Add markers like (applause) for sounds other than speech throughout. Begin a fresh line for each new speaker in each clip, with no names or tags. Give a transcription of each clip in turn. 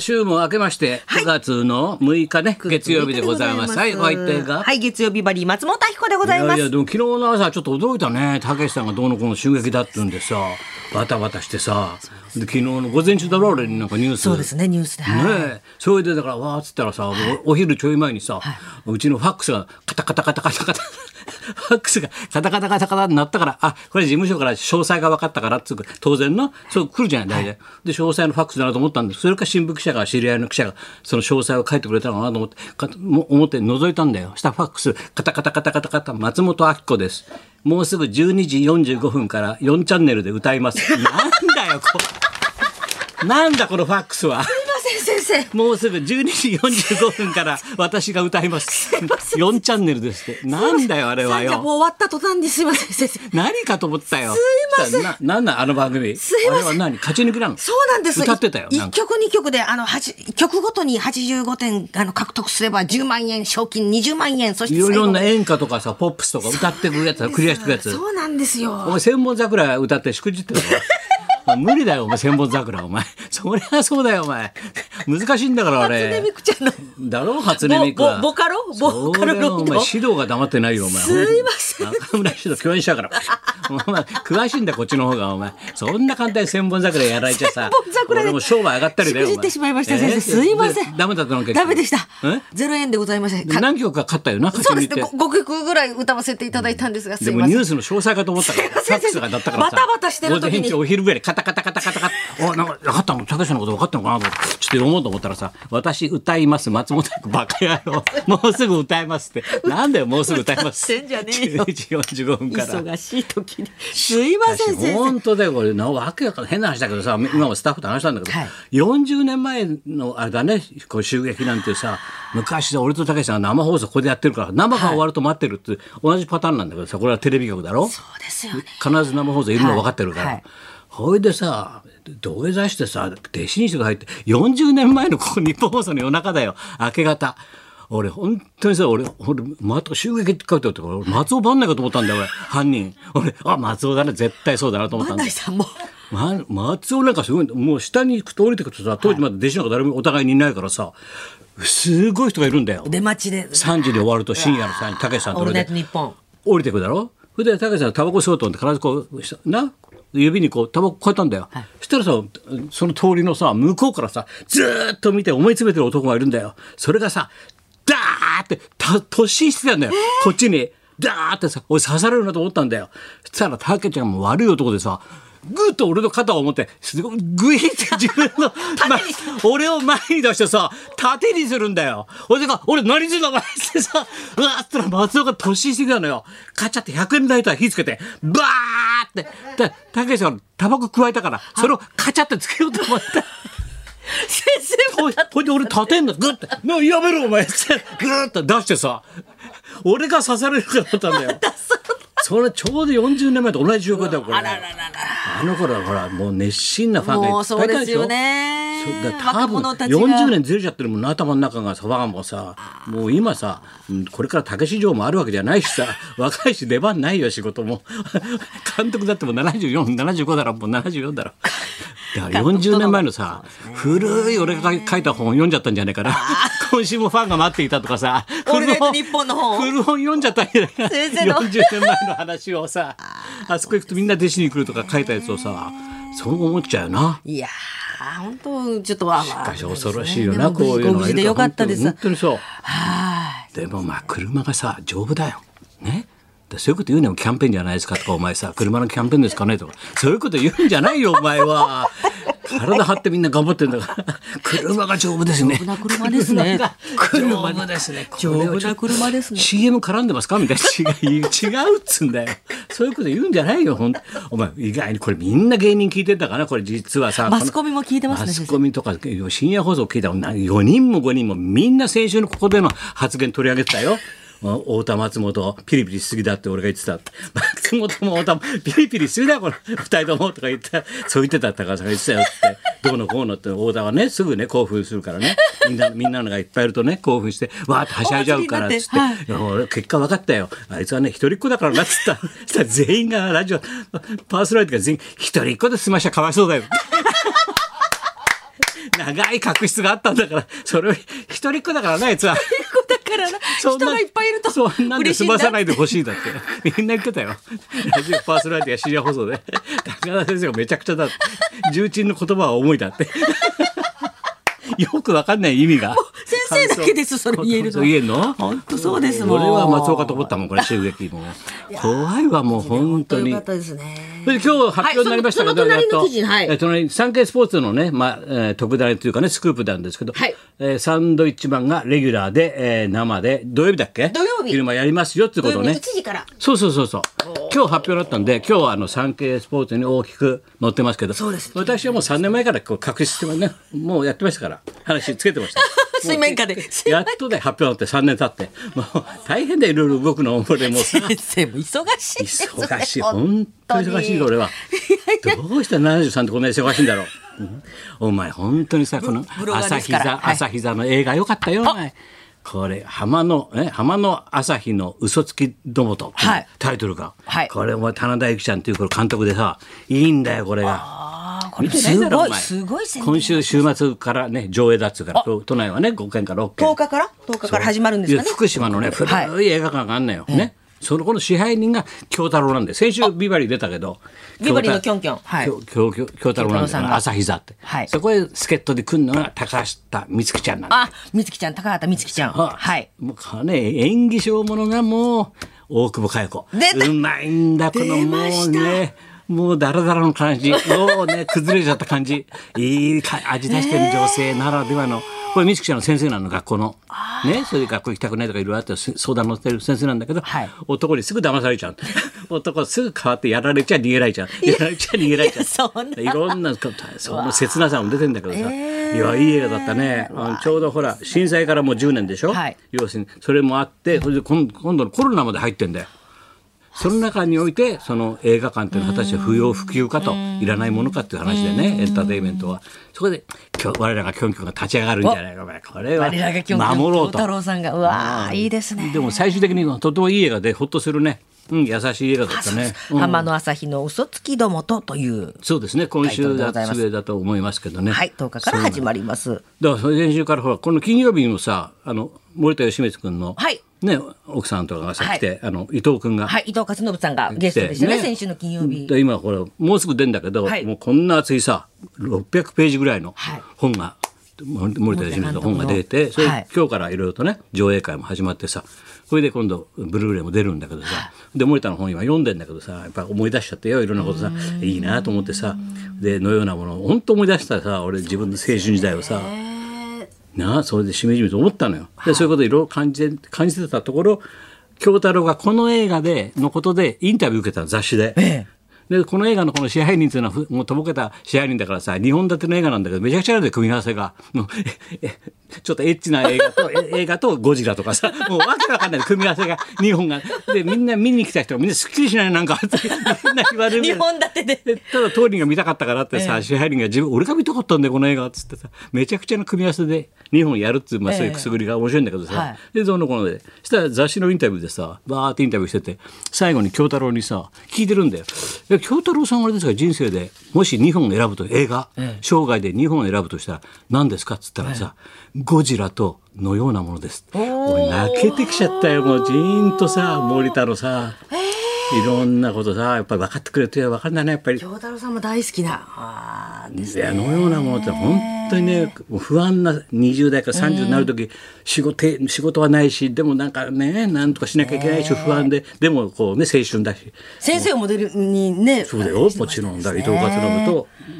週も明けまして、9月の6日ね、月曜日でございます。はい、お相手が。
はい、月曜日バリー松本彦でございま
いやい
す
や。でも昨日の朝ちょっと驚いたねたけしさんがどうのこうの襲撃だって言うんでさバタバタしてさで昨日の午前中だろ俺になんかニュース
そうですね、ニュースで。はい
ねえそれでだからわーっつったらさおお昼ちょい前にさ、うちのファックスがカタカタカタカタカタファックスがカタカタカタカタになったからあこれ事務所から詳細が分かったからっつうか当然なそう来るじゃない大体、で詳細のファックスだなと思ったんですそれか新聞記者が知り合いの記者がその詳細を書いてくれたのかなと思ってかも思って覗いたんだよしたらファックスカタカタカタカタカタ松本明子ですもうすぐ12時45分から4チャンネルで歌いますなんだよこなんだこのファックスは
すいません、先
もうすぐ12時45分から私が歌います。4チャンネルですって。なんだよ、あれ
生。
は
三者もう
よ。
終わった途端にすいません、先生。
何かと思ったよ。
すいません
ななんなん、あの番組。
すいません
あれは何勝ち抜きなの
そうなんです。
歌ってたよ。なんか。
一曲二曲で、あの、八、曲ごとに85点、あの、獲得すれば10万円、賞金20万円、そして
い
最後
ろ
に。
いろな演歌とかさ、ポップスとか歌ってくやつだ、クリアしてくやつ。
そうなんです
お
よ。
前、千本桜歌ってしくじってるの無理だよ、お前、千本桜、お前。そりゃそうだよ、お前。難しいんだから、あ
初音ミ
れ。
クちゃんの。
だろ初音ミクは
ボボボカロボカ
そ
ロ
れはお
ロイド
前指導が黙ってないよお前
すいません
中村指導共演者からお前詳しいんだこっちの方がお前そんな簡単に千本桜やられちゃさ
千本桜で
俺も商売上がったりだよ
しくじってしまいました先生すいません
ダメだったの結局
ダメでした
え。
ゼロ円でございました。か
何曲か勝ったよな勝ち
そう
抜
で
い
すね、
て
5曲ぐらい歌わせていただいたんですが、す
で
い
も
ませ
ニ
ん
ュ。ースの詳細かと思ったから、
すい
ファ
ません
ックスが鳴ったからさ
バタバタしてる時に
午前中お昼ぐらいカタカタカタカタカタ、おなんか分かったの、高橋のこと分かったのかなと思って、ちょっと読もうと思ったらさ、私歌います、松本君バカ野郎、もうすぐ歌います
(laughs)
って、なんだよ、もうすぐ歌います。
歌ってんじゃねえよ
11時45分から。
忙しい時に。すいません、先生。
本当だよこれなわけわかんない変な話だけどさ今もスタッフと話したんだけど、
はい
40年前のあれだねこう襲撃なんてさ昔さ俺と武さんが生放送ここでやってるから生が終わると待ってるって同じパターンなんだけどさこれはテレビ局だろ
そうですよね。
必ず生放送いるの分かってるから、
はいはい
ほいでさ土下座してさ弟子にして入って40年前のここ日本放送の夜中だよ明け方俺本当にさ俺俺また襲撃って書いてあったから俺松尾番内かと思ったんだよ俺犯人俺あ松尾だね絶対そうだなと思った
安
んだ
内さんも。
ま、松尾なんかすごいもう下に行くと降りてくるとさ当時まだ弟子なんか誰もお互いにいないからさすごい人がいるんだよ
出待ちで。
3時で終わると深夜の3時武さん
オ
と
ー
俺
ルナ
で
イトニッポン。
降りてくだろそれで武さんタバコ吸おうと思って必ずこうしたな指にこうタバコこうやったんだよ、そしたらさその通りのさ向こうからさずーっと見て思い詰めてる男がいるんだよそれがさダーってた突進してたんだよ、こっちにダーってさ俺刺されるなと思ったんだよそしたら武ちゃんも悪い男でさグーッと俺の肩を持ってすごいグイーって自分のま俺を前に出してさ縦にするんだよ俺が「俺何すんだお前」ってさうわーっつったら松尾が突進してきたのよカチャって100円ライター火つけてバーってでたけしさんタバコ加えたからそれをカチャってつけようと思って。
先生
ほいほいで俺立てんだグッて「なやめろお前」ってグーッと出してさ俺が刺されるかと思ったんだ (laughs) よ。それちょうど40年前と同じ状況だよこれ
あらららら。
あの頃はほらもう熱心なファンがいっ
もうそ
ぱ
う
いいた
で
ですしょ
よね
そうだ。から多
若
分
者たちが。
40年ずれちゃってるもんな頭の中がさ我がもさもう今さうんこれから竹市場もあるわけじゃないしさ (laughs) 若いし出番ないよ仕事も (laughs) 監督だってもう7475だろもう74だろだから40年前のさ古い俺が書いた本読んじゃったんじゃないかな (laughs) 今週もファンが待っていたとかさ
オールナイトニッポンの本
古本読んじゃったんじゃないかな
先生の
40年前の話をさあそこ行くとみんな弟子に来るとか書いたやつをさそう思っちゃうよない
やー、本当ちょっとわわわ。
恐ろしいよな、こういうの
ご無
がい
事で
る
よ
か
からったです
本。当にそう
はい。
でもまあ車がさ丈夫だよねでそういうこと言うのもキャンペーンじゃないですかとかお前さ車のキャンペーンですかねとかそういうこと言うんじゃないよお前は体張ってみんな頑張ってんだから車が丈夫ですね
丈夫な車ですね
車が丈夫ですね
丈夫な車ですね。
CM 絡んでますかみたいな違う違うっつうんだよそういうこと言うんじゃないよほんとお前意外にこれみんな芸人聞いてたかなこれ実はさ
マスコミも聞いてます
マ
ね。
ス
先生
コミとか深夜放送聞いたら4人も5人もみんな先週のここでの発言取り上げてた
(laughs)
よ。お太田松本ピリピリしすぎだって俺が言ってたって松本も太田もピリピリしすぎだよこの2人ともとか言ったそう言ってたって高橋さんが言ってたよってどうのこうのって太田はねすぐね興奮するからねみんなみんなのがいっぱいいるとね興奮してわーってはしゃいじゃうからっつって
お祭りになってはい
いや俺結果分かったよあいつはね一人っ子だからなっつ
(laughs)
ったそしたら全員がラジオパーソナリティが全員一人っ子で済ましたかわいそうだよ (laughs) 長い確執があったんだから、それを一人っ子だからな、あいつは。
(laughs) だからな人がいっぱいいると
そんなんで
嬉し
済
いんだ
まさないでほしいだって。みんな言ってたよ。ラジオパーソナリティが深夜放送で。高田先生がめちゃくちゃだって。重鎮の言葉は重いだって。 (laughs) よくわかんない意味が。
先生だけですそれ言える
そう
の
言えるの
本当そうですもん
俺は松岡と思ったもん、これ、襲撃も。怖いわ、もう本当に
よかっ。たですね
それで今日発表になりましたけど、
はいそのその隣の
やっと
記事はい
えー隣サンケイスポーツのね、まあえー特大というかねスクープなんですけど、
はい
えーサンドイッチマンがレギュラーで、えー生で土曜日だっけ
土曜日
昼間やりますよってことをね
1時から
そうそうそうそう今日発表だったんで今日はあのサンケイスポーツに大きく載ってますけど
そうです
私はもう3年前からこう隠してはねもうやってましたから話つけてました
水面下で
(laughs)
水
やっとで発表になって3年経ってもう大変でいろいろ動くの俺もうさ
先生も (laughs) 忙しいですね
忙しい本当に忙しいぞ俺はどうして73ってこんなに忙しいんだろううんお前本当にさこの
ブロガー
朝
ですから
膝
はい
朝膝の映画良かったよお前これ浜のね浜の朝日の嘘つきどもと
はい
タイトルが、
はい
これお前棚田由紀ちゃんっていうこの監督でさいいんだよこれが。
あーこ
見
れ
てない
す
だろ
ご
お
い
前
すごい宣伝
今週週末からね上映だっつうから都都内はね5件か6件
10日から10日から始まるんですか
い
ね
や福島のね
はい
古い映画館があんのよ、ねそのこの支配人が京太郎なんで先週ビバリー出たけど
ビバリーのキョンキョンはい
京京京京太郎なん
京太郎
だ
さ
か
ん
ら
が
朝日座って、
はい
そこへ助っ人で来るのが高下美月ちゃんなんだ
あ美月ちゃん高畑美月ちゃんはい
もうかね演技賞ものがもう大久保佳代子
出た
うまいんだこの
出
も
ま
う
した
ねもうダラダラの感じもうね崩れちゃった感じいいか味出してる女性ならではの、これ美月ちゃんの先生なの学校のねそれで学校行きたくないとかいろいろあってす相談乗ってる先生なんだけど、
はい
男にすぐ騙されちゃう男すぐ変わってやられちゃ逃げられちゃうやられちゃ逃げられちゃう
いやそんない
ろんなその切なさも出てんだけどさ、
えー
いやいい映画だったねあのちょうどほら震災からもう10年でしょ、
はい
要するにそれもあってそれで今今度のコロナまで入ってんだよ。その中においてその映画館というのは果たして不要不急かといらないものかっていう話でねエンターテインメントはそこで今日我らがキョンキョンが立ち上がるんじゃないかお前これは
我らがキョンキョン
守ろうと
太郎さんがうわーいいですね
でも最終的にとてもいい映画でほっとするね、うん、優しい映画だったね。うん
浜の朝日の嘘つきどもとという
そうですね今週
タイトルでござい
だ
ます
末だと思いますけどね。
はい10日から始まります
だからそれ先週からほらこの金曜日にもさあの森田芳光君の、
はい
ね、奥さんとかがさ来て、あの伊藤君が、
はい伊藤勝信さんが
来
ゲス
て
トでしたね先週の金曜日
で今ほらもうすぐ出んだけど、
はい
もうこんな厚いさ600ページぐらいの
はい
本が、も森田芳光の本が出てそれ、
はい
今日からいろいろとね上映会も始まってさそれで今度ブルーレイも出るんだけどさ、で森田の本今読んでんだけどさやっぱ思い出しちゃってよいろんなことさいいなと思ってさでのようなものを本当思い出したさ俺自分の青春時代をさ。なあそれでしみじみと思ったのよ。でそういうこといろいろ感じて感じてたところ京太郎がこの映画でのことでインタビュー受けたの雑誌で。でこの映画のこの支配人っていうのはふもうとぼけた支配人だからさ2本立ての映画なんだけどめちゃくちゃあるで組み合わせがもうええちょっとエッチな映画とえ映画とゴジラとかさもうわけわかんない組み合わせが2本がでみんな見に来た人がみんなすっきりしないなんかってみんな言われる
日本立てで
でただ当人が見たかったからってさ、支配人が自分俺が見たかったんだよこの映画っつってさめちゃくちゃな組み合わせで2本やるっつう、まあ、そういうくすぐりが面白いんだけどさ、
はい
でどうのこうのでしたら雑誌のインタビューでさバーってインタビューしてて最後に京太郎にさ聞いてるんだよいや京太郎さんはあれですか人生でもし2本選ぶと映画、生涯で2本選ぶとしたら何ですかっつったらさ、ゴジラとのようなものです俺泣けてきちゃったよもうジーンとさ森田のさ、いろんなことさやっぱり分かってくれて分かんないねやっぱり
京太郎さんも大好きなあーです
いやあのようなものって本当にね不安な20代から30になる時仕事仕事はないしでもなんかねなんとかしなきゃいけないし不安ででもこうね青春だし
先生をモデルにね
そうだよもちろんだから伊藤勝信と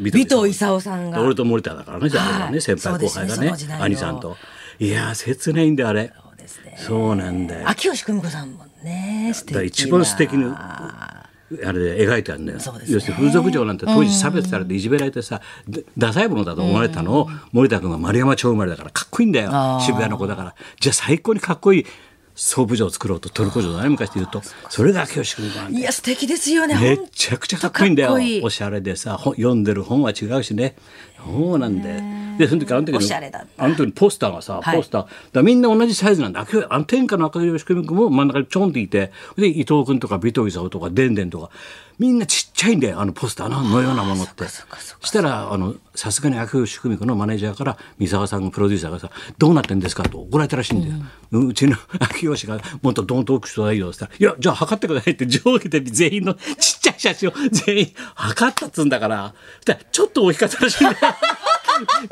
尾藤勲さんが
俺と森田だからねじゃああれは
は
ね
い
先輩後輩が
そうですねそ
ね
の時代の
兄さんといやー切ないんだよあれ
そうですね
そうなんだよ
秋吉久美子さんもね素
だ
敵な
から一番素敵なあれで描いてあるんだよ、要するに風俗嬢なんて当時差別されていじめられてさ、だダサいものだと思われたのを、森田君は丸山町生まれだからかっこいいんだよ渋谷の子だからじゃあ最高にかっこいい総部嬢を作ろうとトルコ嬢だね昔で言うとそれが秋吉君なんだ
い
よ
や素敵ですよね
めちゃくちゃかっこいいんだよ
ほとかっこいい
おしゃれでさ本読んでる本は違うしねそうなんだよ。で、その時あの時の
おしゃれだった
あの時のポスターがさ、
はい
ポスター。だからみんな同じサイズなんだ。あ今日あの天下の赤城君も真ん中にちょんっていて、で、伊藤君とか尾藤勲とかでんでんとか、みんなちっちゃいんだよ、あのポスターののようなものって。したら、あの、さすがに赤城君のマネージャーから、三沢さんがプロデューサーがさ、どうなってんですかと怒られたらしいんだよ。うちの (laughs) 秋吉が、もっとドンと大きくしてないよって言ったら、いや、じゃあ測ってくださいって上下で全員のちっちゃい写真を全員測ったっつうんだから、そしたらちょっと大きかったらしいんだよ。 (laughs)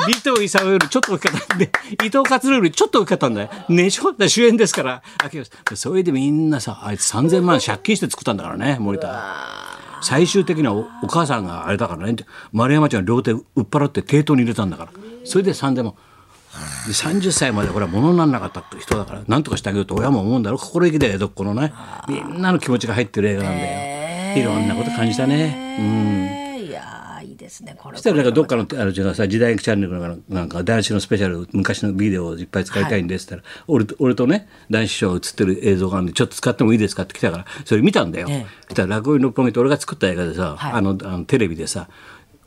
尾藤勲よりちょっと大きかったんで、伊藤勝よりちょっと大きかったんだよ。ねしょだ主演ですから、秋吉。それでみんなさ、あいつ3000万借金して作ったんだからね、森田。最終的にはおお母さんがあれだからね、丸山ちゃん両手売っ払って抵当に入れたんだから。それで3000万。で30歳までほら物にならなかった人だから何とかしてあげようと親も思うんだろう心意気だよどっこのねみんなの気持ちが入ってる映画なんだよいろんなこと感じたね。
ね。いやーいいですねこれ。
そしたらなんかどっかのあの違うさ時代劇チャンネルのなんか男子のスペシャル昔のビデオをいっぱい使いたいんですって言ったら、俺と俺とね男子師匠が映ってる映像があるんでちょっと使ってもいいですかって来たからそれ見たんだよ。
え
来たら落語のポイント俺が作った映画でさ、あのあのテレビでさ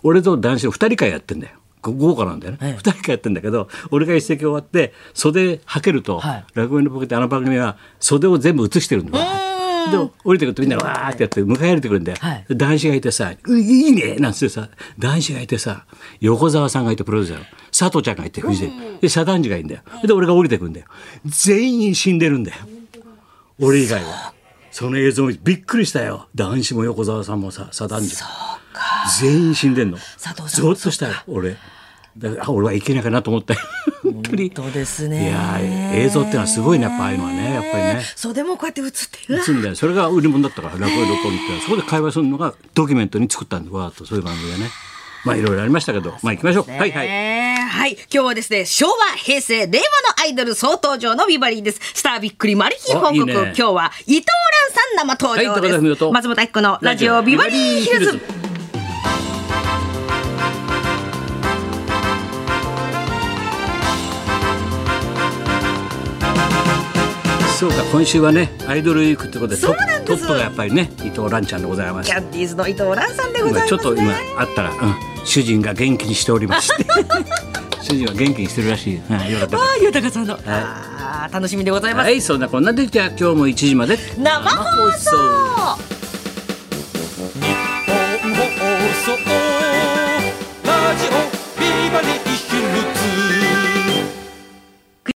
俺と男子の2人会やってんだよ。ご豪華なんだよね、
ええ
2人会やってんだけど俺が一席終わって袖はけると、
はい
落語のポケットあの番組は袖を全部映してるんだよで降りてくるとみんなわーってやって迎え入れてくるんだよ、
はい
男子がいてさ「ういいね」なんつってさ男子がいてさ横澤さんがいてプロデューサーの佐藤ちゃんがいて藤井で社団次がいるんだよで俺が降りてくんだよ全員死んでるんだよ俺以外はその映像見てびっくりしたよ男子も横澤さんもさ社団次全員死んでんの
佐藤さん
ゾ
も
ッとしたよ俺だからあ俺はいけないかなと思ったよ本当に
そうです
い
ね。
やー映像ってのはすごいねやっぱああいうのはねやっぱりね
そうでもこうやって映ってる。
すんだよそれが売り物だったから落語録音ってのはそこで会話するのがドキュメントに作ったんでわーっとそういう番組がねまあいろいろありましたけどまあ行きましょうはいはい
ねえはい。今日はですね、昭和、平成、令和のアイドル総登場のビバリーです。スターびっくりマル秘報告。
あいいね
今日は伊藤蘭さん生登場
はい高田
で
文夫
す。
と
松本明子のラジオビバリーヒルズ。
そうか今週はねアイドルウィークってことでト
そうな
ッ
ん
プ
で
ト
す
ップがやっぱりね伊藤蘭ちゃんでございま
キ
す
ャンディーズの伊藤蘭さんでござ
今
います、ね。
ちょっと今あったら、うん、主人が元気にしておりま
(laughs)
して主人は元気にしてるらしい、はい、よかった
ああ、豊さんの。ああ、楽しみでございます。
はいそんなこんなでじゃあ今日も1時まで
生放送